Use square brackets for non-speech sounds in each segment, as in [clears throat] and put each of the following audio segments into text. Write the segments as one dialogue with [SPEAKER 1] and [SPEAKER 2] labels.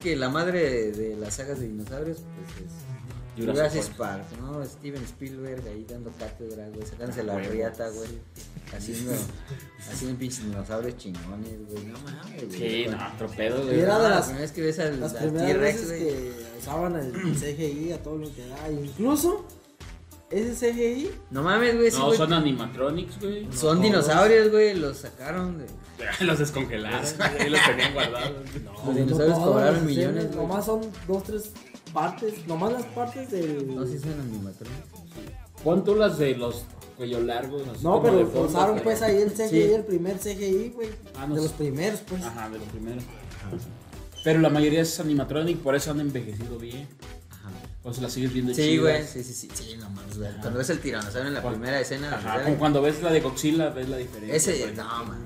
[SPEAKER 1] que la madre de, de las sagas de dinosaurios, pues es Jurassic Park, ¿no? Steven Spielberg ahí dando cátedra, güey, sacándose la
[SPEAKER 2] Huevos.
[SPEAKER 1] riata, güey, haciendo, haciendo pinches dinosaurios chingones, güey, no mames, güey.
[SPEAKER 2] Sí,
[SPEAKER 1] güey.
[SPEAKER 2] no, tropedo,
[SPEAKER 1] Sí,
[SPEAKER 2] güey.
[SPEAKER 1] era
[SPEAKER 3] Cuidado,
[SPEAKER 1] la
[SPEAKER 3] las-
[SPEAKER 1] primera vez que ves al,
[SPEAKER 3] Las
[SPEAKER 1] al
[SPEAKER 3] primeras
[SPEAKER 1] T-Rex,
[SPEAKER 3] veces
[SPEAKER 1] güey.
[SPEAKER 3] que usaban el CGI a todo lo que da. Incluso ese CGI
[SPEAKER 1] No mames, güey, sí,
[SPEAKER 2] No,
[SPEAKER 1] güey.
[SPEAKER 2] son animatronics, güey.
[SPEAKER 1] Son
[SPEAKER 3] No,
[SPEAKER 1] dinosaurios, güey, los sacaron de...
[SPEAKER 2] [laughs] Los descongelaron, ahí los tenían guardados.
[SPEAKER 1] Los
[SPEAKER 3] Los
[SPEAKER 1] dinosaurios cobraron millones, güey.
[SPEAKER 3] Nomás son dos, tres partes. Nomás las partes del.
[SPEAKER 1] No,
[SPEAKER 3] No,
[SPEAKER 1] sí son animatronics.
[SPEAKER 2] Pon tú las de los cuello largos. así como de
[SPEAKER 3] pero
[SPEAKER 2] fondo,
[SPEAKER 3] usaron
[SPEAKER 2] pero-
[SPEAKER 3] pues ahí el CGI,
[SPEAKER 1] Sí. Ah,
[SPEAKER 3] el primer CGI, güey.
[SPEAKER 2] Ah, no
[SPEAKER 3] de
[SPEAKER 2] sé.
[SPEAKER 3] los primeros, pues.
[SPEAKER 2] Ajá, de los primeros. Pero la mayoría es animatronic, por eso han envejecido bien.
[SPEAKER 1] Ajá.
[SPEAKER 2] O sea, la sigues viendo
[SPEAKER 1] Sí,
[SPEAKER 2] chidas.
[SPEAKER 1] güey, sí, sí, sí, sí, no mames, güey. Cuando ves el tiranosaurio en la
[SPEAKER 2] Cuando-
[SPEAKER 1] primera escena,
[SPEAKER 2] Ajá,
[SPEAKER 1] ¿sabes?
[SPEAKER 2] como cuando ves la de Godzilla, ves la diferencia.
[SPEAKER 1] Ese,
[SPEAKER 2] güey.
[SPEAKER 1] no, mames.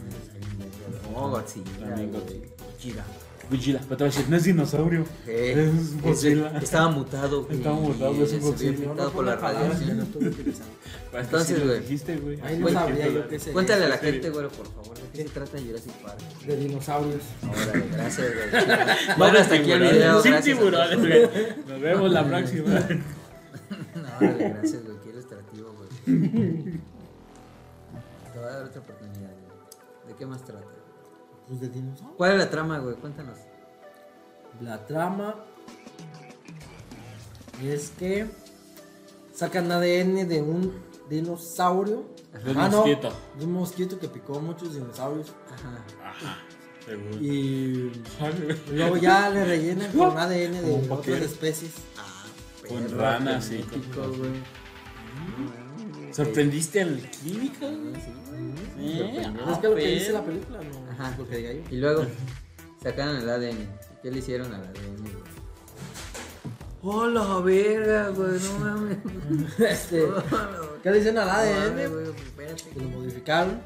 [SPEAKER 1] No, Godzilla,
[SPEAKER 2] También
[SPEAKER 1] güey. Godzilla.
[SPEAKER 2] Godzilla, pero te voy a decir, no es dinosaurio. Pues,
[SPEAKER 1] Eh,
[SPEAKER 2] Es un
[SPEAKER 1] ese-
[SPEAKER 2] Godzilla.
[SPEAKER 1] Estaba
[SPEAKER 2] [laughs]
[SPEAKER 1] mutado, güey.
[SPEAKER 2] Estaba mutado,
[SPEAKER 1] y
[SPEAKER 2] es un
[SPEAKER 1] se había
[SPEAKER 2] Godzilla.
[SPEAKER 1] infectado
[SPEAKER 3] No,
[SPEAKER 1] por
[SPEAKER 3] no,
[SPEAKER 1] la
[SPEAKER 3] palabras que no
[SPEAKER 1] radiación.
[SPEAKER 3] estoy utilizando.
[SPEAKER 1] Entonces,
[SPEAKER 2] lo
[SPEAKER 1] güey.
[SPEAKER 2] dijiste, güey.
[SPEAKER 3] Ahí no
[SPEAKER 1] Güey,
[SPEAKER 3] sabría
[SPEAKER 2] qué
[SPEAKER 3] yo
[SPEAKER 2] tal.
[SPEAKER 3] qué sería.
[SPEAKER 1] Cuéntale a la
[SPEAKER 2] en serio.
[SPEAKER 1] gente, güey, por favor, ¿de qué se trata Jurassic Park?
[SPEAKER 3] De dinosaurios.
[SPEAKER 1] Órale, gracias, güey.
[SPEAKER 2] [laughs]
[SPEAKER 1] Bueno, hasta aquí el video.
[SPEAKER 2] Sin
[SPEAKER 1] gracias a
[SPEAKER 2] tiburones,
[SPEAKER 1] todos.
[SPEAKER 2] güey. Nos vemos
[SPEAKER 1] [laughs]
[SPEAKER 2] la próxima.
[SPEAKER 1] No, Órale, gracias, güey. Qué ilustrativo,
[SPEAKER 2] [laughs]
[SPEAKER 1] güey. Te voy a dar otra oportunidad, güey. ¿De qué más trata?
[SPEAKER 3] Pues de dinosaurios.
[SPEAKER 1] ¿Cuál es la trama, güey? Cuéntanos.
[SPEAKER 3] La trama es que sacan ADN de un dinosaurio. Ah,
[SPEAKER 2] De un mosquito.
[SPEAKER 3] de un mosquito que picó a muchos dinosaurios.
[SPEAKER 1] Ajá.
[SPEAKER 2] Ajá, seguro.
[SPEAKER 3] Y luego ya le rellenan con ADN de
[SPEAKER 2] un
[SPEAKER 3] otras
[SPEAKER 2] vaquero.
[SPEAKER 3] especies.
[SPEAKER 1] Ah,
[SPEAKER 2] Con
[SPEAKER 1] perro,
[SPEAKER 2] ranas, sí,
[SPEAKER 1] qué mítico,
[SPEAKER 2] con-
[SPEAKER 1] güey.
[SPEAKER 2] ¿Sorprendiste al químico? Sí,
[SPEAKER 3] es
[SPEAKER 2] ah,
[SPEAKER 3] que lo que
[SPEAKER 2] pero-
[SPEAKER 3] dice la película, no
[SPEAKER 1] Ajá.
[SPEAKER 3] es lo que diga yo.
[SPEAKER 1] Y luego sacaron el ADN. ¿Qué le hicieron al ADN, güey? ¡Hola, verga, güey! No [laughs] mames.
[SPEAKER 3] [laughs] Este, ¿Qué le dicen al
[SPEAKER 1] No mames,
[SPEAKER 3] ADN?
[SPEAKER 1] güey, espérate.
[SPEAKER 3] Que lo modificaron.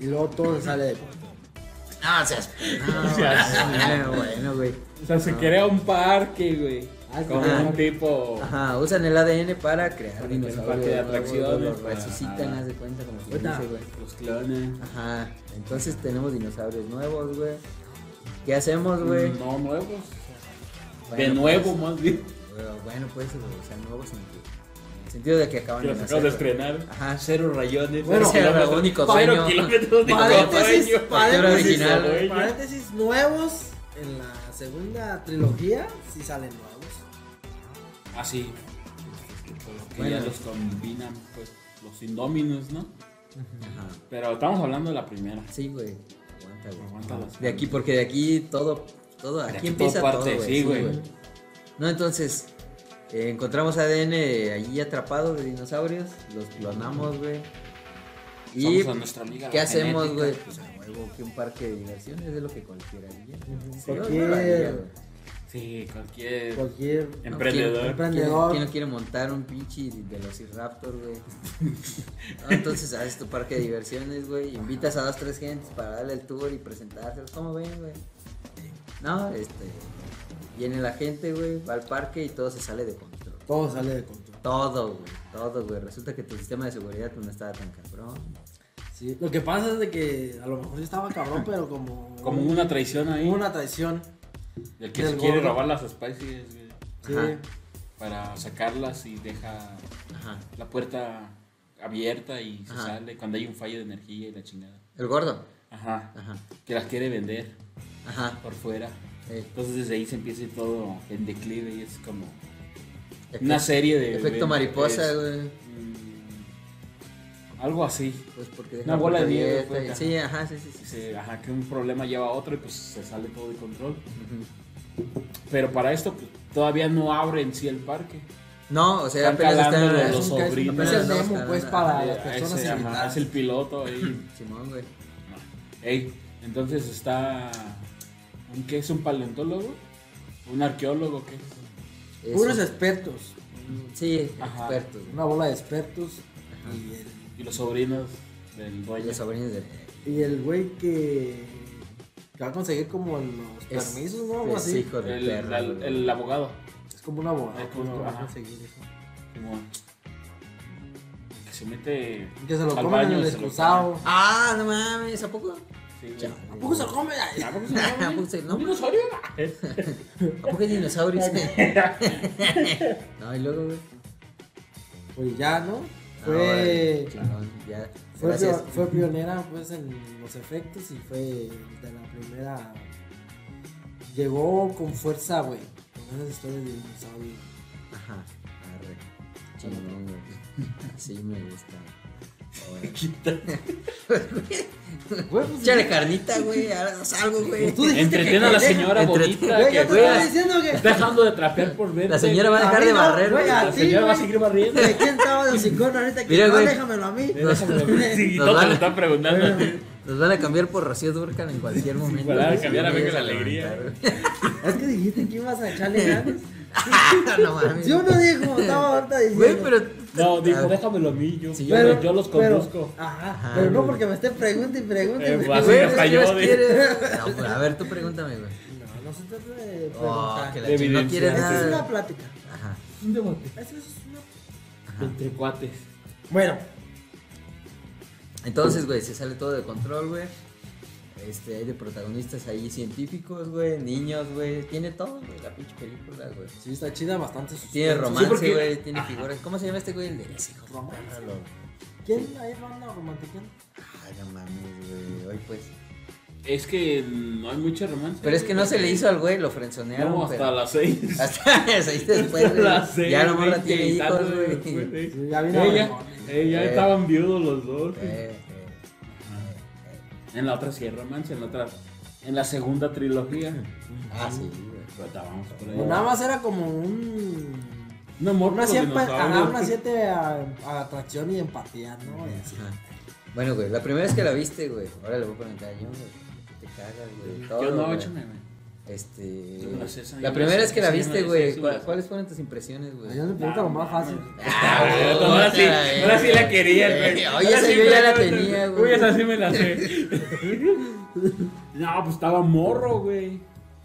[SPEAKER 3] Y luego todo le sale de
[SPEAKER 1] No, seas. [laughs] No,
[SPEAKER 2] seas-
[SPEAKER 1] bueno, bueno, güey.
[SPEAKER 2] O sea, se crea un parque, güey.
[SPEAKER 3] Ah, sí.
[SPEAKER 2] Con
[SPEAKER 1] Ah.
[SPEAKER 2] un tipo.
[SPEAKER 1] Ajá, usan el ADN para crear
[SPEAKER 2] Para
[SPEAKER 1] dinosaurios.
[SPEAKER 2] crear parque de
[SPEAKER 1] ¿no?
[SPEAKER 2] atracciones,
[SPEAKER 1] Los
[SPEAKER 2] para-
[SPEAKER 1] resucitan, haz de cuenta, como quien
[SPEAKER 3] Ahorita.
[SPEAKER 1] dice, güey.
[SPEAKER 2] Los clones.
[SPEAKER 1] Ajá, entonces tenemos dinosaurios nuevos, güey. ¿Qué hacemos, güey?
[SPEAKER 2] No nuevos.
[SPEAKER 1] Bueno,
[SPEAKER 2] De nuevo, más bien.
[SPEAKER 1] pues, güey, bueno, pues, güey, o sea, nuevos en, que- en el sentido de que acaban
[SPEAKER 2] Que
[SPEAKER 1] de
[SPEAKER 2] los
[SPEAKER 1] nacer.
[SPEAKER 2] acabas de
[SPEAKER 1] güey.
[SPEAKER 2] estrenar.
[SPEAKER 1] Ajá,
[SPEAKER 2] Cero rayones.
[SPEAKER 1] Bueno,
[SPEAKER 2] cero
[SPEAKER 1] era
[SPEAKER 2] kilómetros-
[SPEAKER 1] único
[SPEAKER 2] Cero
[SPEAKER 1] sueño.
[SPEAKER 2] kilómetros de
[SPEAKER 3] Paréntesis,
[SPEAKER 2] tamaño.
[SPEAKER 1] Factor
[SPEAKER 3] paréntesis,
[SPEAKER 1] original,
[SPEAKER 3] sobre-
[SPEAKER 2] güey.
[SPEAKER 3] paréntesis nuevos en la segunda trilogía sí salen nuevos.
[SPEAKER 2] Ah, sí. pues, Que
[SPEAKER 1] Bueno.
[SPEAKER 2] ya los combinan, pues, los indóminos, ¿no?
[SPEAKER 1] Ajá.
[SPEAKER 2] Pero estamos hablando de la primera.
[SPEAKER 1] Sí, güey. Aguanta, güey.
[SPEAKER 2] Aguanta las-
[SPEAKER 1] De aquí, porque de aquí todo, todo, aquí,
[SPEAKER 2] aquí
[SPEAKER 1] empieza
[SPEAKER 2] todo
[SPEAKER 1] todo,
[SPEAKER 2] parte,
[SPEAKER 1] güey.
[SPEAKER 2] sí, güey.
[SPEAKER 1] No, entonces, eh, encontramos ADN allí atrapado de dinosaurios, los clonamos, güey. Y,
[SPEAKER 2] Somos a nuestra amiga.
[SPEAKER 1] ¿qué
[SPEAKER 2] la
[SPEAKER 1] hacemos,
[SPEAKER 2] genética.
[SPEAKER 1] güey? Pues, a huevo, que un parque de diversiones es lo que cualquiera haría. Sí,
[SPEAKER 3] Cualquier-
[SPEAKER 1] haría, güey.
[SPEAKER 2] Sí, cualquier
[SPEAKER 3] Cualquier
[SPEAKER 2] emprendedor.
[SPEAKER 3] Empre-
[SPEAKER 1] ¿Quién,
[SPEAKER 3] Emprendedor.
[SPEAKER 1] quién no quiere montar un pinche Velociraptor,
[SPEAKER 2] [laughs]
[SPEAKER 1] güey? No, entonces haces tu parque de diversiones, güey. Invitas a dos, tres gentes para darle el tour y presentárselos. ¿Cómo ven, güey? No, este. Viene la gente, güey, va al parque y todo se sale de control.
[SPEAKER 3] todo sale de control.
[SPEAKER 1] Todo, güey. Todo, güey. Resulta que tu sistema de seguridad no estaba tan cabrón.
[SPEAKER 3] Sí, Lo que pasa es de que a lo mejor sí estaba cabrón, pero como
[SPEAKER 2] Como una traición ahí.
[SPEAKER 3] como una traición.
[SPEAKER 2] Del que
[SPEAKER 3] del
[SPEAKER 2] se quiere
[SPEAKER 3] gordo.
[SPEAKER 2] robar las especies, güey.
[SPEAKER 3] Sí.
[SPEAKER 1] Ajá.
[SPEAKER 2] Para sacarlas y deja
[SPEAKER 1] Ajá.
[SPEAKER 2] la puerta abierta y se
[SPEAKER 1] Ajá.
[SPEAKER 2] sale cuando hay un fallo de energía y la chingada.
[SPEAKER 1] El gordo.
[SPEAKER 2] Ajá.
[SPEAKER 1] Ajá.
[SPEAKER 2] Que las quiere vender
[SPEAKER 1] Ajá.
[SPEAKER 2] por fuera.
[SPEAKER 1] Eh,
[SPEAKER 2] Entonces desde ahí se empieza todo en declive y es como
[SPEAKER 1] efecto-
[SPEAKER 2] una serie de...
[SPEAKER 1] Efecto
[SPEAKER 2] de-
[SPEAKER 1] mariposa,
[SPEAKER 2] es-
[SPEAKER 1] güey.
[SPEAKER 2] mm, algo así.
[SPEAKER 1] Pues porque
[SPEAKER 2] Una
[SPEAKER 1] dejaron
[SPEAKER 2] bola de
[SPEAKER 1] la
[SPEAKER 2] nieve,
[SPEAKER 1] dieta
[SPEAKER 2] pues,
[SPEAKER 1] y-
[SPEAKER 2] ajá.
[SPEAKER 1] Sí, ajá, sí, sí, sí.
[SPEAKER 2] Que se- ajá, que un problema lleva a otro y pues se sale todo de control. Pero para esto pues, todavía no abre en sí el parque.
[SPEAKER 1] No, o sea,
[SPEAKER 2] Están
[SPEAKER 1] apenas están
[SPEAKER 2] calando
[SPEAKER 1] en la-
[SPEAKER 2] los
[SPEAKER 3] Es un-
[SPEAKER 2] sobrinos.
[SPEAKER 3] Es el demo, pues, para las
[SPEAKER 2] Eh,
[SPEAKER 3] personas
[SPEAKER 2] ese, ajá,
[SPEAKER 3] invitadas.
[SPEAKER 2] es el piloto ahí. [clears throat]
[SPEAKER 1] Simón, güey.
[SPEAKER 2] Ey, entonces está... ¿un ¿Qué es un paleontólogo? ¿Un arqueólogo? ¿Qué es?
[SPEAKER 1] Eso.
[SPEAKER 3] Puros expertos.
[SPEAKER 1] Sí,
[SPEAKER 2] Ajá.
[SPEAKER 1] expertos. güey.
[SPEAKER 3] Una bola de expertos. Y el-
[SPEAKER 2] Y los sobrinos del dueño.
[SPEAKER 1] Los sobrinos de.
[SPEAKER 3] Y el güey que, que va a conseguir como los
[SPEAKER 1] Es-
[SPEAKER 3] permisos, ¿no? Algo
[SPEAKER 1] es
[SPEAKER 3] así.
[SPEAKER 1] hijo de
[SPEAKER 2] El,
[SPEAKER 1] perra,
[SPEAKER 2] el-
[SPEAKER 1] güey.
[SPEAKER 2] el abogado.
[SPEAKER 3] Es como un abogado
[SPEAKER 2] Es
[SPEAKER 3] pues,
[SPEAKER 2] como-
[SPEAKER 3] que va a
[SPEAKER 2] ajá.
[SPEAKER 3] conseguir eso.
[SPEAKER 2] Como que se mete
[SPEAKER 3] Que se lo
[SPEAKER 2] al
[SPEAKER 3] comen
[SPEAKER 2] baño
[SPEAKER 3] en el
[SPEAKER 2] y se lo
[SPEAKER 3] excusado.
[SPEAKER 1] Ah, no mames, ¿a poco?
[SPEAKER 2] comen. Sí.
[SPEAKER 1] Chao.
[SPEAKER 3] ¿A poco se lo come? Ay,
[SPEAKER 2] ¿A poco se llama, güey?
[SPEAKER 1] [laughs] ¿A poco se- no?
[SPEAKER 2] ¿Un dinosaurio?
[SPEAKER 1] ¿A poco hay
[SPEAKER 3] [laughs]
[SPEAKER 1] dinosaurios? no, y luego, güey.
[SPEAKER 3] Pues ya, ¿no?
[SPEAKER 1] No,
[SPEAKER 3] Fue,
[SPEAKER 1] el chingón, ya.
[SPEAKER 3] fue,
[SPEAKER 1] Ah, Gracias.
[SPEAKER 3] pio- fue pionera pues en los efectos y fue de la primera. Llegó con fuerza, güey. Con esas historias de dinosaurio.
[SPEAKER 1] Ajá. Arre. Chingón, güey.
[SPEAKER 3] [laughs]
[SPEAKER 1] Sí me gusta. Ahora.
[SPEAKER 3] Güey, pues,
[SPEAKER 1] Échale carnita, güey. Ahora haz algo, güey.
[SPEAKER 3] Tú dijiste
[SPEAKER 2] Entretiene a la
[SPEAKER 3] pendeja.
[SPEAKER 2] señora
[SPEAKER 1] Entretiene-
[SPEAKER 2] bonita
[SPEAKER 3] Güey,
[SPEAKER 2] que
[SPEAKER 3] ya te
[SPEAKER 1] güey,
[SPEAKER 3] estaba
[SPEAKER 1] la-
[SPEAKER 3] diciendo que.
[SPEAKER 2] está dejando de trapear por verte.
[SPEAKER 1] La señora va a
[SPEAKER 2] güey.
[SPEAKER 1] dejar
[SPEAKER 3] A
[SPEAKER 1] de
[SPEAKER 3] mí no,
[SPEAKER 1] barrer,
[SPEAKER 3] güey,
[SPEAKER 1] güey.
[SPEAKER 3] a
[SPEAKER 2] La
[SPEAKER 3] ti,
[SPEAKER 2] señora va a
[SPEAKER 3] Ah, güey.
[SPEAKER 2] seguir
[SPEAKER 3] [laughs]
[SPEAKER 2] barriendo.
[SPEAKER 3] ¿De quién estaba de sincón ahorita? Que
[SPEAKER 1] Mira,
[SPEAKER 3] no,
[SPEAKER 1] güey.
[SPEAKER 3] déjamelo a mí.
[SPEAKER 1] [laughs]
[SPEAKER 2] Sí,
[SPEAKER 1] Nos
[SPEAKER 2] todo
[SPEAKER 1] van-
[SPEAKER 2] te lo están preguntando.
[SPEAKER 1] Nos van a cambiar por Rocío Durcal en cualquier momento.
[SPEAKER 2] van a
[SPEAKER 1] güey,
[SPEAKER 2] cambiar a
[SPEAKER 1] si no
[SPEAKER 2] Venga la
[SPEAKER 1] llegas
[SPEAKER 2] Alegría.
[SPEAKER 1] levantar, güey.
[SPEAKER 3] Es que dijiste que ibas a echarle ganas.
[SPEAKER 1] no mames.
[SPEAKER 3] Yo no dijo, estaba ahorita diciendo.
[SPEAKER 1] Güey, pero.
[SPEAKER 2] No, dijo,
[SPEAKER 1] Ah,
[SPEAKER 2] déjamelo a mí, yo,
[SPEAKER 1] Sí,
[SPEAKER 2] yo,
[SPEAKER 1] pero-
[SPEAKER 2] yo los
[SPEAKER 3] pero-
[SPEAKER 2] conduzco.
[SPEAKER 3] ajá,
[SPEAKER 1] Ajá,
[SPEAKER 3] pero no
[SPEAKER 1] güey.
[SPEAKER 3] porque me esté preguntando y preguntando.
[SPEAKER 2] Eh,
[SPEAKER 3] y
[SPEAKER 2] vas-
[SPEAKER 3] preguntando.
[SPEAKER 1] Güey,
[SPEAKER 2] se
[SPEAKER 1] pues, ¿qué
[SPEAKER 2] cayó,
[SPEAKER 1] más
[SPEAKER 2] güey.
[SPEAKER 1] quieres? No, pues, a ver, tú pregúntame, güey.
[SPEAKER 3] No, no se trata de
[SPEAKER 1] Oh,
[SPEAKER 3] preguntar.
[SPEAKER 1] que la chingada no quiere
[SPEAKER 2] Evidencia.
[SPEAKER 3] Esta es una
[SPEAKER 1] nada.
[SPEAKER 3] plática.
[SPEAKER 1] Ajá.
[SPEAKER 2] Un debate.
[SPEAKER 3] Eso es una-
[SPEAKER 2] Entre cuates.
[SPEAKER 3] Bueno,
[SPEAKER 1] Entonces, güey, se sale todo de control, güey. Este, hay de protagonistas ahí científicos, güey, niños, güey. Tiene todo, güey, la pinche película, güey.
[SPEAKER 3] sí, está chida bastante. suspenso.
[SPEAKER 1] Tiene
[SPEAKER 2] Sí,
[SPEAKER 1] romance,
[SPEAKER 2] porque-
[SPEAKER 1] güey, tiene figuras. ¿Cómo se llama este güey? El de ese, hijo de
[SPEAKER 3] Romance.
[SPEAKER 1] perra, lo-
[SPEAKER 3] ¿Quién ahí ronda romántica?
[SPEAKER 1] Ay, no mames, güey. Hoy pues.
[SPEAKER 2] Es que no hay mucho romance.
[SPEAKER 1] Pero es que no se le hizo al güey, lo frenzonearon.
[SPEAKER 2] No, hasta
[SPEAKER 1] pero-
[SPEAKER 2] las seis.
[SPEAKER 1] [laughs]
[SPEAKER 2] [laughs]
[SPEAKER 1] Hasta seis después,
[SPEAKER 2] Hasta
[SPEAKER 1] güey.
[SPEAKER 2] las seis,
[SPEAKER 1] Ya la morra
[SPEAKER 2] veinte
[SPEAKER 1] tiene
[SPEAKER 2] y
[SPEAKER 1] hijos,
[SPEAKER 2] tantos después,
[SPEAKER 1] güey.
[SPEAKER 2] eh.
[SPEAKER 3] Sí, ya vino
[SPEAKER 2] Ella,
[SPEAKER 3] romántica.
[SPEAKER 2] eh, ya
[SPEAKER 1] Eh.
[SPEAKER 2] estaban viudos los dos.
[SPEAKER 1] Eh,
[SPEAKER 2] En la otra sí hay romance, en la otra. En la segunda trilogía.
[SPEAKER 1] eh. Ah, sí, güey.
[SPEAKER 2] Pero ya vamos por ahí.
[SPEAKER 3] Pues nada más era como un.
[SPEAKER 2] Un amor
[SPEAKER 3] Una
[SPEAKER 2] por los
[SPEAKER 3] siempre,
[SPEAKER 2] dinosaurios.
[SPEAKER 3] ajá, una siete a- a atracción y empatía, ¿no? Y así.
[SPEAKER 1] Ajá. Bueno, güey, la primera vez que la viste, güey. Ahora le voy a comentar yo, güey. Te cagas, güey. Todo,
[SPEAKER 2] Yo no,
[SPEAKER 1] güey.
[SPEAKER 2] échame, güey.
[SPEAKER 1] Este.
[SPEAKER 2] Yo me la sé esa, yo
[SPEAKER 1] La
[SPEAKER 2] me
[SPEAKER 1] primera
[SPEAKER 2] la
[SPEAKER 1] vez
[SPEAKER 2] sé,
[SPEAKER 1] que la
[SPEAKER 2] sí,
[SPEAKER 1] viste,
[SPEAKER 2] me la sé,
[SPEAKER 1] güey.
[SPEAKER 2] sí,
[SPEAKER 1] ¿cuál-
[SPEAKER 2] me la
[SPEAKER 1] ¿Cuáles fueron tus impresiones, güey?
[SPEAKER 3] Yo le pregunto lo Pues, más fácil.
[SPEAKER 1] Ah, güey,
[SPEAKER 2] [laughs] Ahora sí,
[SPEAKER 1] otra,
[SPEAKER 2] ahora sí la
[SPEAKER 1] güey.
[SPEAKER 2] quería, güey.
[SPEAKER 1] Oye, esa yo ya la tenía,
[SPEAKER 2] Uy,
[SPEAKER 1] güey.
[SPEAKER 2] esa sí me la sé. [laughs] no, pues estaba morro, güey.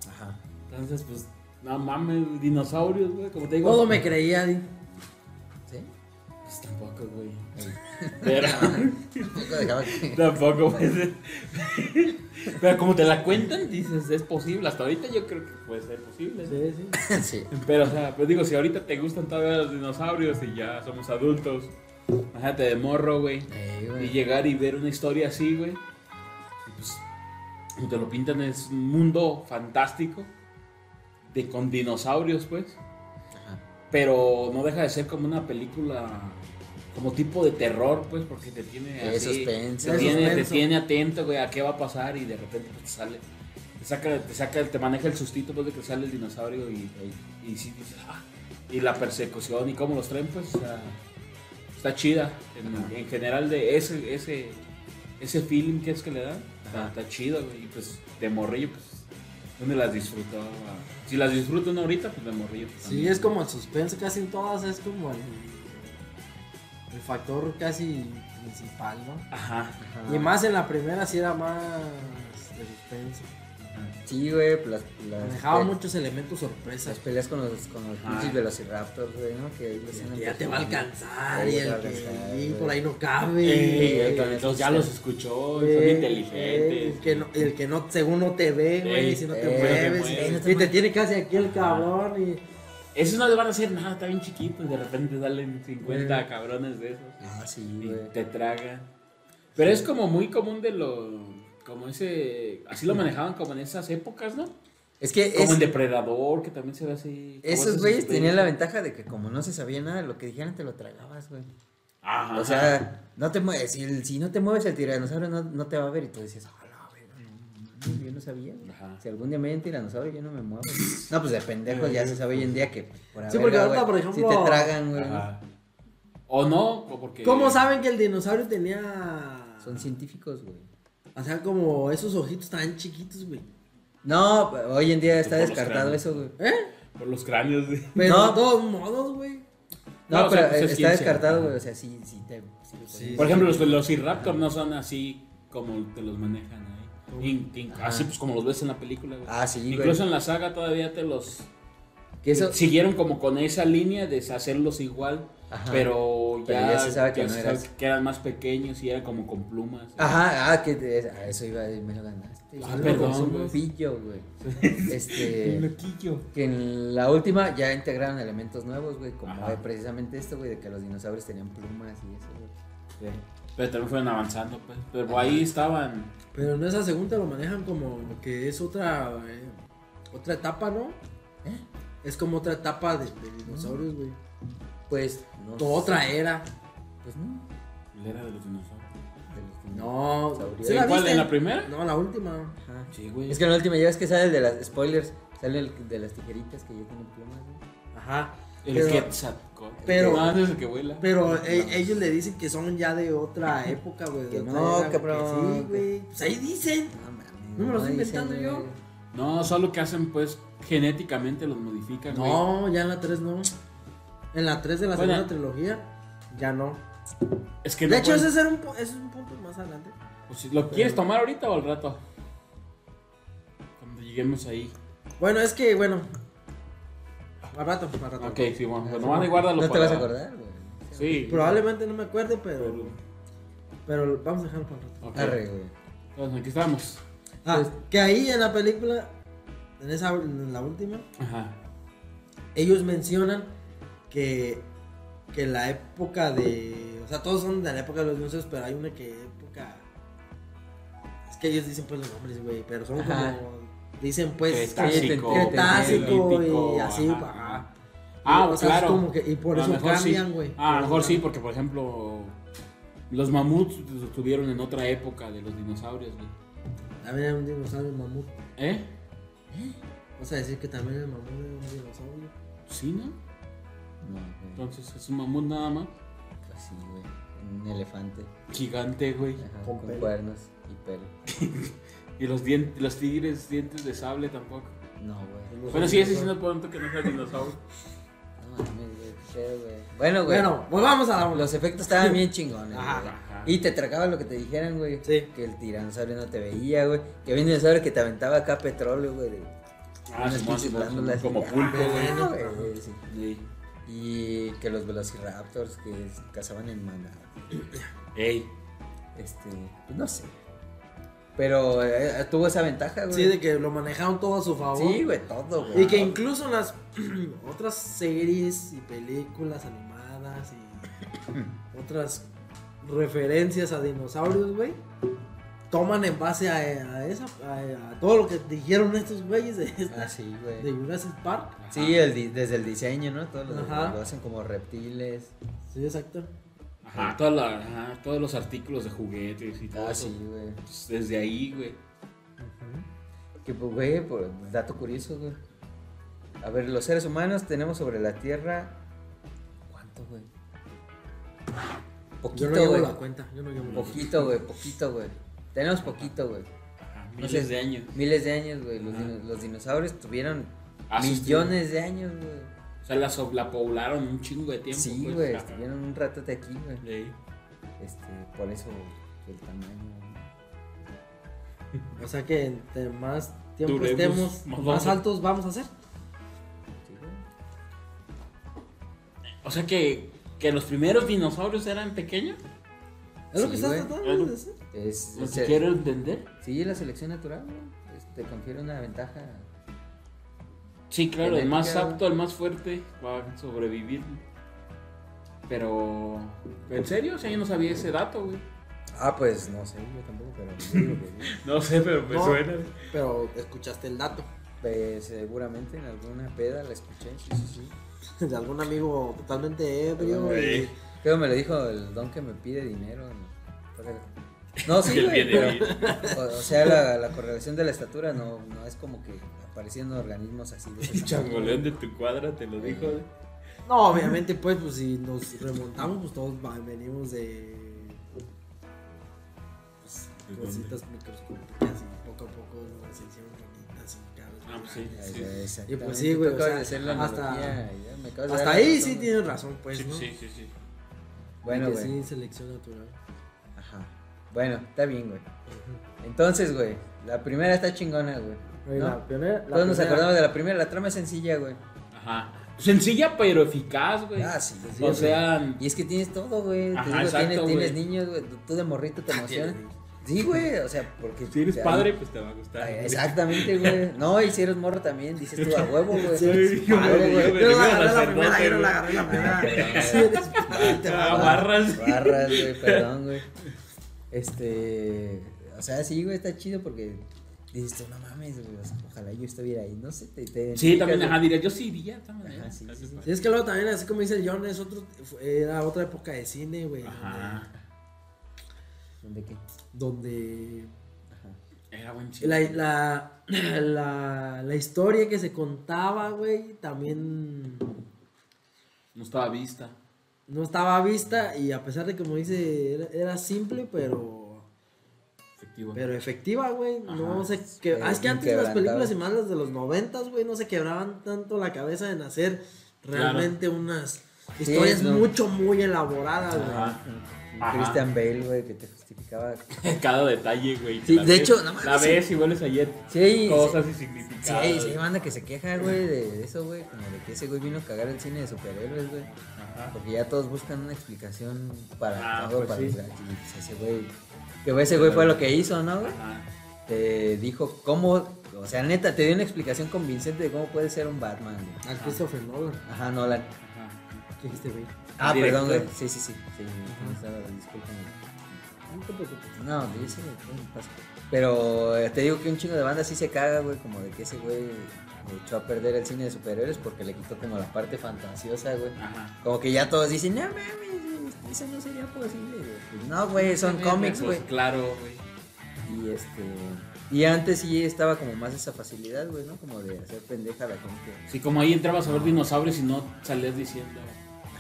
[SPEAKER 1] Ajá.
[SPEAKER 2] Entonces, pues, no mames, dinosaurios, güey. Como te digo.
[SPEAKER 3] Todo me creía, di.
[SPEAKER 1] ¿Sí?
[SPEAKER 2] Pues tampoco, güey. Pero, [laughs]
[SPEAKER 1] Tampoco dejaba que- [laughs]
[SPEAKER 2] tampoco, güey. [laughs] Pero como te la cuentan, dices, es posible. Hasta ahorita yo creo que puede ser posible.
[SPEAKER 3] Sí, sí.
[SPEAKER 1] Sí.
[SPEAKER 2] Pero, o sea, pues digo, si ahorita te gustan todavía los dinosaurios y ya somos adultos, imagínate de morro, güey.
[SPEAKER 1] Eh,
[SPEAKER 2] Y
[SPEAKER 1] güey.
[SPEAKER 2] llegar y ver una historia así, güey. y Pues, y te lo pintan, es un mundo fantástico. De, con dinosaurios, pues.
[SPEAKER 1] Ajá.
[SPEAKER 2] Pero no deja de ser como una película, como tipo de terror, pues, porque te tiene
[SPEAKER 1] Eh,
[SPEAKER 2] así.
[SPEAKER 1] suspenso.
[SPEAKER 2] Te tiene, te
[SPEAKER 3] Suspenso.
[SPEAKER 2] tiene atento, güey, a qué va a pasar y de repente pues, te sale. Te saca, te saca, te maneja el sustito, pues, de que sale el dinosaurio y, y sí dices, "Ah", y la persecución y cómo los traen, pues, o sea, está chida. En, en general, de ese, ese, ese feeling que es que le dan, está,
[SPEAKER 1] Ajá.
[SPEAKER 2] está chido, güey, y pues, de morrillo, pues, donde las disfrutaba. Si las disfruto uno ahorita, pues de morrillo. pues,
[SPEAKER 3] Sí,
[SPEAKER 2] también.
[SPEAKER 3] es como el suspenso casi en todas, es como el, el factor casi principal, ¿no?
[SPEAKER 2] Ajá.
[SPEAKER 1] Ajá.
[SPEAKER 3] Y más en la primera sí era más de suspenso.
[SPEAKER 1] Sí, güey. pues Las, las,
[SPEAKER 3] Manejaba
[SPEAKER 1] pe-
[SPEAKER 3] muchos elementos
[SPEAKER 1] Las
[SPEAKER 2] pues,
[SPEAKER 3] sorpresas.
[SPEAKER 1] peleas con los, con los
[SPEAKER 2] Ah.
[SPEAKER 1] pinches velociraptors, güey, ¿no? Que ahí los
[SPEAKER 3] El
[SPEAKER 1] andan
[SPEAKER 2] pues,
[SPEAKER 3] que ya te va a
[SPEAKER 1] persiguiendo.
[SPEAKER 3] alcanzar
[SPEAKER 1] Ahí
[SPEAKER 3] y
[SPEAKER 1] te va a
[SPEAKER 3] el
[SPEAKER 1] alcanzar,
[SPEAKER 3] que y
[SPEAKER 1] güey.
[SPEAKER 3] por ahí no cabe.
[SPEAKER 2] Eh,
[SPEAKER 1] eh,
[SPEAKER 2] los ya los escuchó,
[SPEAKER 3] Eh,
[SPEAKER 2] son
[SPEAKER 3] eh,
[SPEAKER 2] inteligentes.
[SPEAKER 3] El que, no, el que no, según no te ve, güey,
[SPEAKER 2] Ey,
[SPEAKER 3] si no
[SPEAKER 1] eh,
[SPEAKER 3] te
[SPEAKER 1] no te
[SPEAKER 3] mueves.
[SPEAKER 2] mueves.
[SPEAKER 3] y- y te tiene casi aquí el cabrón. Y,
[SPEAKER 2] Esos no le van a hacer nada, está bien chiquito. Y de repente salen 50
[SPEAKER 3] Eh.
[SPEAKER 2] cabrones de esos.
[SPEAKER 1] Ah, sí,
[SPEAKER 2] Y
[SPEAKER 1] güey.
[SPEAKER 2] te tragan. Pero es como muy común de lo. Como ese. Así lo manejaban como en esas épocas, ¿no?
[SPEAKER 1] Es que
[SPEAKER 2] Como
[SPEAKER 1] es-
[SPEAKER 2] el depredador, que también se ve así. como
[SPEAKER 1] esos
[SPEAKER 2] ese
[SPEAKER 1] güeyes
[SPEAKER 2] suspenso.
[SPEAKER 1] tenían la ventaja de que como no se sabía nada, lo que dijeran te lo tragabas, güey.
[SPEAKER 2] Ajá.
[SPEAKER 1] O sea, no te mueves. Si, el- si no te mueves, el tiranosaurio no, no te va a ver. Y tú dices, hola, güey, no, no, yo no sabía. güey.
[SPEAKER 2] Ajá.
[SPEAKER 1] Si algún día me ven tiranosaurio, yo no me muevo. No, pues de pendejos ya se sabe hoy en día que por
[SPEAKER 3] Sí,
[SPEAKER 1] haber,
[SPEAKER 3] porque ahorita,
[SPEAKER 1] güey,
[SPEAKER 3] por
[SPEAKER 1] Si te
[SPEAKER 3] ejemplo,
[SPEAKER 1] tragan, güey.
[SPEAKER 2] Ajá. O no, o porque.
[SPEAKER 3] ¿Cómo saben que el dinosaurio tenía.
[SPEAKER 1] Son científicos, güey.
[SPEAKER 3] O sea, como esos ojitos tan chiquitos, güey.
[SPEAKER 1] No, hoy en día está
[SPEAKER 2] Por los
[SPEAKER 1] descartado
[SPEAKER 2] cráneos.
[SPEAKER 1] eso, güey.
[SPEAKER 3] ¿Eh?
[SPEAKER 2] Por los cráneos. güey.
[SPEAKER 3] Pero
[SPEAKER 1] No.
[SPEAKER 3] de todos modos, güey.
[SPEAKER 1] No,
[SPEAKER 2] No, o
[SPEAKER 1] pero
[SPEAKER 2] sea, pues
[SPEAKER 1] eh,
[SPEAKER 2] es
[SPEAKER 1] está
[SPEAKER 2] ciencia.
[SPEAKER 1] descartado, güey. O sea, sí, sí te. sí te
[SPEAKER 3] Sí.
[SPEAKER 2] Por ejemplo, los velociraptor no son así como te los manejan ahí. In- in-
[SPEAKER 1] Ajá.
[SPEAKER 2] así pues como los ves en la película, güey.
[SPEAKER 1] Ah, sí, güey.
[SPEAKER 2] Incluso en la saga todavía te los
[SPEAKER 1] Que eso,
[SPEAKER 2] Siguieron como con esa línea de hacerlos igual,
[SPEAKER 1] Ajá.
[SPEAKER 2] pero ya,
[SPEAKER 1] Pero ya se sabe que no
[SPEAKER 2] se
[SPEAKER 1] eras.
[SPEAKER 2] sabe que eran más pequeños y era como con plumas.
[SPEAKER 1] Ajá, ah, que te- a eso iba, me lo ganaste.
[SPEAKER 2] Ah,
[SPEAKER 1] Yo
[SPEAKER 2] perdón,
[SPEAKER 1] lo
[SPEAKER 2] güey.
[SPEAKER 1] un pillo,
[SPEAKER 2] [laughs]
[SPEAKER 1] güey. Este,
[SPEAKER 2] loquillo.
[SPEAKER 1] que en la última ya integraron elementos nuevos, güey, como
[SPEAKER 2] Ajá.
[SPEAKER 1] de precisamente esto, güey, de que los dinosaurios tenían plumas y eso, güey.
[SPEAKER 2] Pero también fueron avanzando, pues. Pero ahí estaban.
[SPEAKER 3] Pero en esa segunda lo manejan como lo que es otra eh, otra etapa, ¿no?
[SPEAKER 1] ¿Eh?
[SPEAKER 3] Es como otra etapa de, de dinosaurios, güey.
[SPEAKER 1] Pues, no
[SPEAKER 3] To- Otra era.
[SPEAKER 1] Pues no,
[SPEAKER 2] La era de los dinosaurios.
[SPEAKER 1] de los que
[SPEAKER 3] No.
[SPEAKER 1] Saurio.
[SPEAKER 3] ¿sí
[SPEAKER 1] ¿Se
[SPEAKER 2] ¿En cuál?
[SPEAKER 3] viste?
[SPEAKER 2] ¿En la primera?
[SPEAKER 3] No, la última.
[SPEAKER 1] Ajá.
[SPEAKER 2] Sí, güey.
[SPEAKER 1] Es que en la última ya ves que sale el de las spoilers, sale el de las tijeritas que ya tienen plumas, güey.
[SPEAKER 3] Ajá.
[SPEAKER 2] El
[SPEAKER 3] Pero-
[SPEAKER 2] Quetzalcóatl.
[SPEAKER 3] pero-
[SPEAKER 2] No, ese es el que vuela.
[SPEAKER 3] Pero eh, ellos le dicen que son ya de
[SPEAKER 1] [laughs]
[SPEAKER 3] otra época, güey. de
[SPEAKER 1] Que
[SPEAKER 3] otra
[SPEAKER 1] no,
[SPEAKER 3] era,
[SPEAKER 1] cabrón.
[SPEAKER 3] que Sí, güey. Pues ahí dicen.
[SPEAKER 1] No mames.
[SPEAKER 3] No me lo estoy
[SPEAKER 1] dicen,
[SPEAKER 3] inventando yo.
[SPEAKER 1] güey.
[SPEAKER 2] No, solo que hacen, pues, genéticamente los modifican. güey.
[SPEAKER 3] No, ya en la 3 no. En la 3 de la
[SPEAKER 2] Bueno.
[SPEAKER 3] segunda trilogía, ya no.
[SPEAKER 2] Es que
[SPEAKER 3] De
[SPEAKER 2] no.
[SPEAKER 3] hecho,
[SPEAKER 2] pueden-
[SPEAKER 3] ese era un, pu- ese es un punto más adelante.
[SPEAKER 2] Pues, si ¿Lo quieres tomar ahorita o al rato? Cuando lleguemos ahí.
[SPEAKER 3] Bueno, es que, bueno. Al rato, al rato.
[SPEAKER 2] Ok, sí, bueno. Bueno, van y guárdalo.
[SPEAKER 1] No te
[SPEAKER 2] para-
[SPEAKER 1] vas a acordar, güey.
[SPEAKER 2] Sí.
[SPEAKER 3] Probablemente no me acuerde, pero.
[SPEAKER 2] Pero-
[SPEAKER 3] Pero vamos a dejarlo para el rato.
[SPEAKER 2] Ok.
[SPEAKER 1] Arre, güey.
[SPEAKER 2] Entonces, aquí estamos.
[SPEAKER 3] Ah,
[SPEAKER 1] Pues-
[SPEAKER 3] que ahí en la película, en, esa, en la última,
[SPEAKER 2] Ajá.
[SPEAKER 3] ellos mencionan que, que la época de. O sea, todos son de la época de los dinosaurios, pero hay una que época. Es que ellos dicen pues los nombres, güey, pero son
[SPEAKER 1] Ajá.
[SPEAKER 3] como. Dicen pues.
[SPEAKER 1] Cretácico,
[SPEAKER 3] Cretácico y así,
[SPEAKER 2] ajá.
[SPEAKER 3] ajá.
[SPEAKER 2] Ah,
[SPEAKER 3] O sea, es
[SPEAKER 2] claro.
[SPEAKER 3] como que- y por
[SPEAKER 2] A lo
[SPEAKER 3] eso
[SPEAKER 2] mejor sí.
[SPEAKER 3] cambian, güey.
[SPEAKER 2] Ah, a lo mejor sí, porque por ejemplo, los mamuts estuvieron en otra época de los dinosaurios, güey.
[SPEAKER 3] También era un dinosaurio mamut.
[SPEAKER 2] ¿Eh?
[SPEAKER 3] Vas a decir que también el mamut era un dinosaurio.
[SPEAKER 2] Sí, ¿no?
[SPEAKER 1] No, güey.
[SPEAKER 2] Entonces es un mamut nada más.
[SPEAKER 1] Así, güey. Un elefante.
[SPEAKER 2] Gigante, güey.
[SPEAKER 1] Ajá,
[SPEAKER 3] Con
[SPEAKER 1] con,
[SPEAKER 3] pelo.
[SPEAKER 1] cuernos y pelo.
[SPEAKER 2] Y los, dien- los tigres, dientes de sable tampoco.
[SPEAKER 1] No, güey.
[SPEAKER 2] Bueno, sí, ese sí no pronto que no sea dinosaurio.
[SPEAKER 1] No mames, güey. qué pedo, güey. Bueno, güey.
[SPEAKER 3] Bueno, volvamos a la
[SPEAKER 1] Los efectos estaban bien chingones,
[SPEAKER 3] Ajá,
[SPEAKER 1] güey.
[SPEAKER 2] ajá.
[SPEAKER 1] Y te tragaba lo que te dijeran, güey.
[SPEAKER 3] Sí.
[SPEAKER 1] Que el tiranosaurio no te veía, güey. Que había un dinosaurio que te aventaba acá petróleo, güey. de-
[SPEAKER 2] Ah,
[SPEAKER 1] unas
[SPEAKER 2] sí,
[SPEAKER 1] pinches glándulas
[SPEAKER 2] como
[SPEAKER 1] y- ah,
[SPEAKER 2] pulpo, güey.
[SPEAKER 1] bueno, güey, sí.
[SPEAKER 2] Sí.
[SPEAKER 1] Y que los velociraptors que s- cazaban en manada.
[SPEAKER 2] Ey.
[SPEAKER 1] Este, pues no sé. Pero eh, tuvo esa ventaja, güey.
[SPEAKER 3] Sí, de que lo manejaron todo a su favor.
[SPEAKER 1] Sí, güey, todo, güey.
[SPEAKER 3] Y que incluso en las [clears throat] otras series y películas animadas y otras referencias a dinosaurios, güey, toman en base a, a esa, a, a todo lo que dijeron estos güeyes de, esta-
[SPEAKER 1] Ah, sí, güey.
[SPEAKER 3] de Jurassic Park.
[SPEAKER 2] Ajá.
[SPEAKER 1] Sí, el di- desde el diseño, ¿no? Todo lo,
[SPEAKER 3] Ajá.
[SPEAKER 1] lo hacen como reptiles.
[SPEAKER 3] Sí, exacto.
[SPEAKER 2] Ajá, toda la- ajá, todos los artículos de juguetes y todo
[SPEAKER 1] Ah,
[SPEAKER 2] eso.
[SPEAKER 1] sí, güey.
[SPEAKER 2] Pues, desde ahí, güey.
[SPEAKER 1] Que, pues, güey, por dato curioso, güey. A ver, los seres humanos tenemos sobre la Tierra. ¿Cuánto, güey?
[SPEAKER 3] Yo no
[SPEAKER 1] Poquito,
[SPEAKER 3] llevo
[SPEAKER 1] güey.
[SPEAKER 3] la cuenta, yo no llevo la cuenta.
[SPEAKER 1] Poquito, güey, poquito, güey. Tenemos poquito, güey.
[SPEAKER 2] Ajá,
[SPEAKER 1] No
[SPEAKER 2] miles
[SPEAKER 1] sé,
[SPEAKER 2] de años.
[SPEAKER 1] Miles de años, güey. Los,
[SPEAKER 2] Ajá.
[SPEAKER 1] dino- los dinosaurios tuvieron
[SPEAKER 2] Ah, sí,
[SPEAKER 1] millones de años, güey.
[SPEAKER 2] O sea, la, so- la poblaron un chingo de tiempo.
[SPEAKER 1] Sí,
[SPEAKER 2] pues.
[SPEAKER 1] güey,
[SPEAKER 2] Ajá.
[SPEAKER 1] estuvieron un ratote aquí, güey.
[SPEAKER 2] Ey.
[SPEAKER 1] Este, por eso el tamaño.
[SPEAKER 3] O sea que entre más tiempo
[SPEAKER 2] Duremos,
[SPEAKER 3] estemos,
[SPEAKER 2] más
[SPEAKER 3] más,
[SPEAKER 2] vamos a-
[SPEAKER 3] altos vamos a ser.
[SPEAKER 1] Sí, güey.
[SPEAKER 2] O sea que, que los primeros dinosaurios eran pequeños.
[SPEAKER 3] Es lo
[SPEAKER 1] Sí,
[SPEAKER 3] que estás
[SPEAKER 1] güey.
[SPEAKER 3] tratando de decir.
[SPEAKER 1] Es,
[SPEAKER 2] Lo
[SPEAKER 1] es
[SPEAKER 2] que
[SPEAKER 1] el-
[SPEAKER 2] quiero entender.
[SPEAKER 1] Sí, la selección natural, güey. es- Te confiere una ventaja.
[SPEAKER 2] Sí, claro, el
[SPEAKER 1] Genética,
[SPEAKER 2] más
[SPEAKER 1] güey.
[SPEAKER 2] apto, el más fuerte va a sobrevivir. Pero. ¿En serio? O sea, yo no sabía ese dato, güey.
[SPEAKER 1] Ah, pues no sé, yo tampoco, pero yo digo que [laughs] sí.
[SPEAKER 2] No sé, pero me
[SPEAKER 3] No.
[SPEAKER 2] suena.
[SPEAKER 3] Pero escuchaste el dato [laughs]
[SPEAKER 1] Pues, seguramente en alguna peda la escuché. Sí, sí, sí.
[SPEAKER 3] de algún amigo totalmente ebrio.
[SPEAKER 2] Güey.
[SPEAKER 3] y-
[SPEAKER 1] Creo que me lo dijo el don que me pide dinero. [laughs] ¿no? No, sí,
[SPEAKER 2] El
[SPEAKER 1] güey,
[SPEAKER 2] bien
[SPEAKER 1] pero- o, o sea, la, la correlación de la estatura no, no es como que apareciendo organismos así. de ese
[SPEAKER 2] [laughs] El
[SPEAKER 1] tamaño.
[SPEAKER 2] changoleón de tu cuadra te lo dijo. güey.
[SPEAKER 3] No, obviamente, pues, pues si nos remontamos, pues todos va- venimos de pues,
[SPEAKER 2] ¿De dónde?
[SPEAKER 3] cositas microscópicas y poco a poco nos hicieron bonitas y cada vez
[SPEAKER 2] Ah,
[SPEAKER 3] más
[SPEAKER 2] pues sí,
[SPEAKER 1] Ya,
[SPEAKER 2] sí.
[SPEAKER 1] ya,
[SPEAKER 3] Y pues
[SPEAKER 1] exactamente,
[SPEAKER 3] sí, güey,
[SPEAKER 1] tú
[SPEAKER 3] o
[SPEAKER 1] acabas
[SPEAKER 3] sea,
[SPEAKER 1] de hacer la
[SPEAKER 3] hasta-
[SPEAKER 1] analogía, ya me acabas de
[SPEAKER 3] Hasta
[SPEAKER 1] dar
[SPEAKER 3] ahí
[SPEAKER 1] razón,
[SPEAKER 3] sí
[SPEAKER 1] güey.
[SPEAKER 3] tienen razón, pues,
[SPEAKER 2] Sí,
[SPEAKER 3] ¿no?
[SPEAKER 2] sí, sí, sí.
[SPEAKER 1] Bueno,
[SPEAKER 3] que
[SPEAKER 1] güey.
[SPEAKER 3] sí, selección natural.
[SPEAKER 1] Ajá. Bueno, está bien, güey. Entonces, güey, la primera está chingona, güey.
[SPEAKER 3] Güey,
[SPEAKER 1] ¿no?
[SPEAKER 3] La pionera, la
[SPEAKER 1] Todos nos
[SPEAKER 3] pionera-
[SPEAKER 1] acordamos de la primera, la trama es sencilla, güey.
[SPEAKER 2] Ajá. Sencilla pero eficaz, güey.
[SPEAKER 1] Ah, sí, sí,
[SPEAKER 2] o
[SPEAKER 1] güey.
[SPEAKER 2] sea,
[SPEAKER 1] Y es que tienes todo, güey. Te
[SPEAKER 2] Ajá,
[SPEAKER 1] digo,
[SPEAKER 2] exacto,
[SPEAKER 1] tienes,
[SPEAKER 2] güey.
[SPEAKER 1] tienes niños, güey. tú- Tú de morrito
[SPEAKER 2] [laughs]
[SPEAKER 1] te emocionas. Sí, güey. O sea, porque.
[SPEAKER 2] si eres
[SPEAKER 1] te-
[SPEAKER 2] padre, pues te va a gustar.
[SPEAKER 1] Ay, Exactamente, güey. No, y si eres morro también, dices tú a huevo, güey.
[SPEAKER 2] Sí,
[SPEAKER 1] Eres
[SPEAKER 2] yo
[SPEAKER 1] padre,
[SPEAKER 2] me- yo
[SPEAKER 1] güey.
[SPEAKER 2] me-
[SPEAKER 3] Yo
[SPEAKER 2] Primero
[SPEAKER 3] la agarré la
[SPEAKER 2] sacerdote,
[SPEAKER 3] primera, yo no la
[SPEAKER 2] güey.
[SPEAKER 3] agarré la
[SPEAKER 1] Ah,
[SPEAKER 3] primera.
[SPEAKER 1] perdón,
[SPEAKER 2] [laughs]
[SPEAKER 3] Sí, eres [laughs] padre, te
[SPEAKER 2] Ah,
[SPEAKER 3] va.
[SPEAKER 2] barras.
[SPEAKER 1] Barras, güey, perdón, güey. Este. O sea, sí, güey, está chido porque dices tú, no mames, güey. o sea, Ojalá yo estuviera ahí. No sé, te. te
[SPEAKER 2] Sí, también,
[SPEAKER 1] identificas,
[SPEAKER 2] ajá, diría, yo sí iría, de todas maneras.
[SPEAKER 1] Ajá, sí, sí, sí.
[SPEAKER 3] Y es que luego también, así como dice el John, es otro, era otra época de cine, güey.
[SPEAKER 2] Ajá.
[SPEAKER 1] ¿Dónde qué?
[SPEAKER 3] Donde
[SPEAKER 1] Ajá.
[SPEAKER 2] Era buen chico.
[SPEAKER 3] la, la, [clears throat] la, la historia que se contaba, güey, también
[SPEAKER 2] No estaba vista.
[SPEAKER 3] no estaba a vista y a pesar de que, como dice, era, era simple, pero,
[SPEAKER 2] Efectivo.
[SPEAKER 3] pero efectiva, güey. No
[SPEAKER 2] Ajá.
[SPEAKER 3] se que,
[SPEAKER 1] Eh,
[SPEAKER 3] ah, es que antes las
[SPEAKER 1] inquebrantable.
[SPEAKER 3] películas y más las de los noventas, güey, no se quebraban tanto la cabeza en hacer realmente unas
[SPEAKER 1] Sí,
[SPEAKER 3] historias
[SPEAKER 1] no.
[SPEAKER 3] mucho, muy elaboradas, güey.
[SPEAKER 2] Ajá. Ajá.
[SPEAKER 1] Christian Bale, güey, que te justificaba.
[SPEAKER 2] [laughs] Cada detalle, güey.
[SPEAKER 1] Sí,
[SPEAKER 2] La
[SPEAKER 1] de
[SPEAKER 2] ves-
[SPEAKER 1] hecho, no mames,
[SPEAKER 2] La
[SPEAKER 1] sí.
[SPEAKER 2] ves y vuelves ayer.
[SPEAKER 1] Sí,
[SPEAKER 2] Cosas
[SPEAKER 1] sí.
[SPEAKER 2] y significados.
[SPEAKER 1] Sí, sí, hay banda que se queja, güey, de de eso, güey. Como de que ese güey vino a cagar el cine de superhéroes, güey.
[SPEAKER 2] Ajá.
[SPEAKER 1] Porque ya todos buscan una explicación para
[SPEAKER 2] Ah,
[SPEAKER 1] todo,
[SPEAKER 2] pues
[SPEAKER 1] para
[SPEAKER 2] sí.
[SPEAKER 1] o sea, y ese güey. Que güey, ese güey fue lo que hizo, ¿no, güey?
[SPEAKER 2] Ajá.
[SPEAKER 1] Te dijo cómo, o sea, neta, te dio una explicación convincente de cómo puede ser un Batman, güey.
[SPEAKER 3] Al Christopher Nolan,
[SPEAKER 1] Ajá, Nolan.
[SPEAKER 2] Ajá.
[SPEAKER 3] ¿qué dijiste, güey?
[SPEAKER 1] Ah,
[SPEAKER 2] Director.
[SPEAKER 1] perdón, güey. Sí, sí, sí. sí no estaba, discúlpame.
[SPEAKER 3] No te preocupes.
[SPEAKER 1] No, dice, Pero eh, te digo que un chingo de banda sí se caga, güey, como de que ese güey echó a perder el cine de superhéroes porque le quitó como la parte fantasiosa, güey.
[SPEAKER 2] Ajá.
[SPEAKER 1] Como que ya todos dicen, no mames, eso no sería posible, güey. Pues No, güey, son cómics, güey.
[SPEAKER 2] Pues Claro, güey.
[SPEAKER 1] Y este. Y antes sí estaba como más esa facilidad, güey, ¿no? Como de hacer pendeja a la gente.
[SPEAKER 2] Sí, como ahí entrabas a ver dinosaurios y no salías diciendo.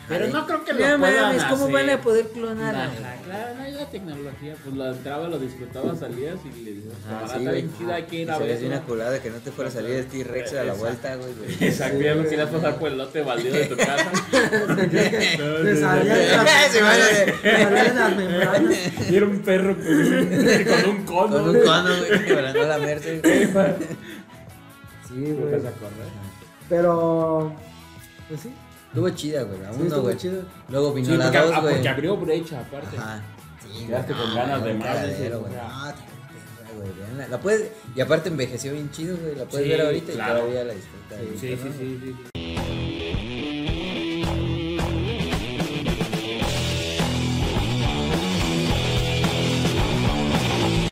[SPEAKER 2] Pero
[SPEAKER 1] Ay,
[SPEAKER 2] no creo que lo
[SPEAKER 1] No
[SPEAKER 2] puedan
[SPEAKER 1] mames, ¿cómo
[SPEAKER 2] hacer.
[SPEAKER 1] van a poder clonar?
[SPEAKER 2] Ajá, claro, no hay la tecnología, pues lo entraba, lo disfrutaba, salías y le decías,
[SPEAKER 1] Ah,
[SPEAKER 2] "Camarada,
[SPEAKER 1] sí,
[SPEAKER 2] está
[SPEAKER 1] güey.
[SPEAKER 2] bien chida, hay que
[SPEAKER 1] Y
[SPEAKER 2] ir a
[SPEAKER 1] se
[SPEAKER 2] ver
[SPEAKER 1] les dio
[SPEAKER 2] eso". [laughs]
[SPEAKER 1] una culada que no te fuera a salir el T-Rex a la
[SPEAKER 2] Exacto.
[SPEAKER 1] vuelta, güey. güey.
[SPEAKER 2] Exacto, ya no querías pasar por el lote baldío de tu casa.
[SPEAKER 3] Te salían [laughs] las-
[SPEAKER 1] Sí, vale.
[SPEAKER 3] te salían las membranas.
[SPEAKER 2] Y era un perro con un, con un cono.
[SPEAKER 1] Con un
[SPEAKER 2] güey.
[SPEAKER 1] cono, güey, quebrando la merced. güey.
[SPEAKER 3] Sí,
[SPEAKER 2] ¿No te
[SPEAKER 3] güey.
[SPEAKER 2] acuerdas?
[SPEAKER 3] Pero. Pues sí.
[SPEAKER 1] Estuvo chida, güey, la
[SPEAKER 3] Sí,
[SPEAKER 1] uno,
[SPEAKER 3] estuvo
[SPEAKER 1] güey.
[SPEAKER 3] chido.
[SPEAKER 1] Luego vino
[SPEAKER 2] Sí,
[SPEAKER 1] la
[SPEAKER 2] porque, ah,
[SPEAKER 1] dos, güey.
[SPEAKER 2] porque abrió brecha aparte.
[SPEAKER 1] Ajá. Sí,
[SPEAKER 2] Quedaste
[SPEAKER 1] güey,
[SPEAKER 2] con
[SPEAKER 1] no,
[SPEAKER 2] ganas de
[SPEAKER 1] un
[SPEAKER 2] más,
[SPEAKER 1] cagadero,
[SPEAKER 2] dices,
[SPEAKER 1] güey.
[SPEAKER 2] o sea.
[SPEAKER 1] No, está bien perra, güey, véanla. La puedes, y aparte envejeció bien chido, güey. La puedes
[SPEAKER 2] Sí,
[SPEAKER 1] ver ahorita
[SPEAKER 2] claro.
[SPEAKER 1] y todavía la disfrutas.
[SPEAKER 2] Sí, sí, sí, sí. sí.